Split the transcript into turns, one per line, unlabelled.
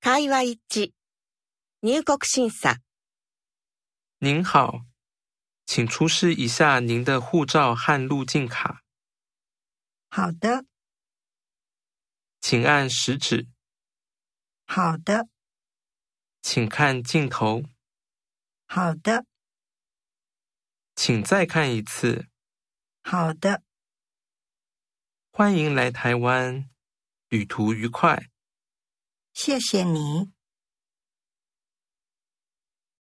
会話1、入国審査。
您好，请出示一下您的护照和入境卡，
好的，
请按食指，
好的，
请看镜头，
好的，
请再看一次。
好的，
欢迎来台湾，旅途愉快。
谢谢你。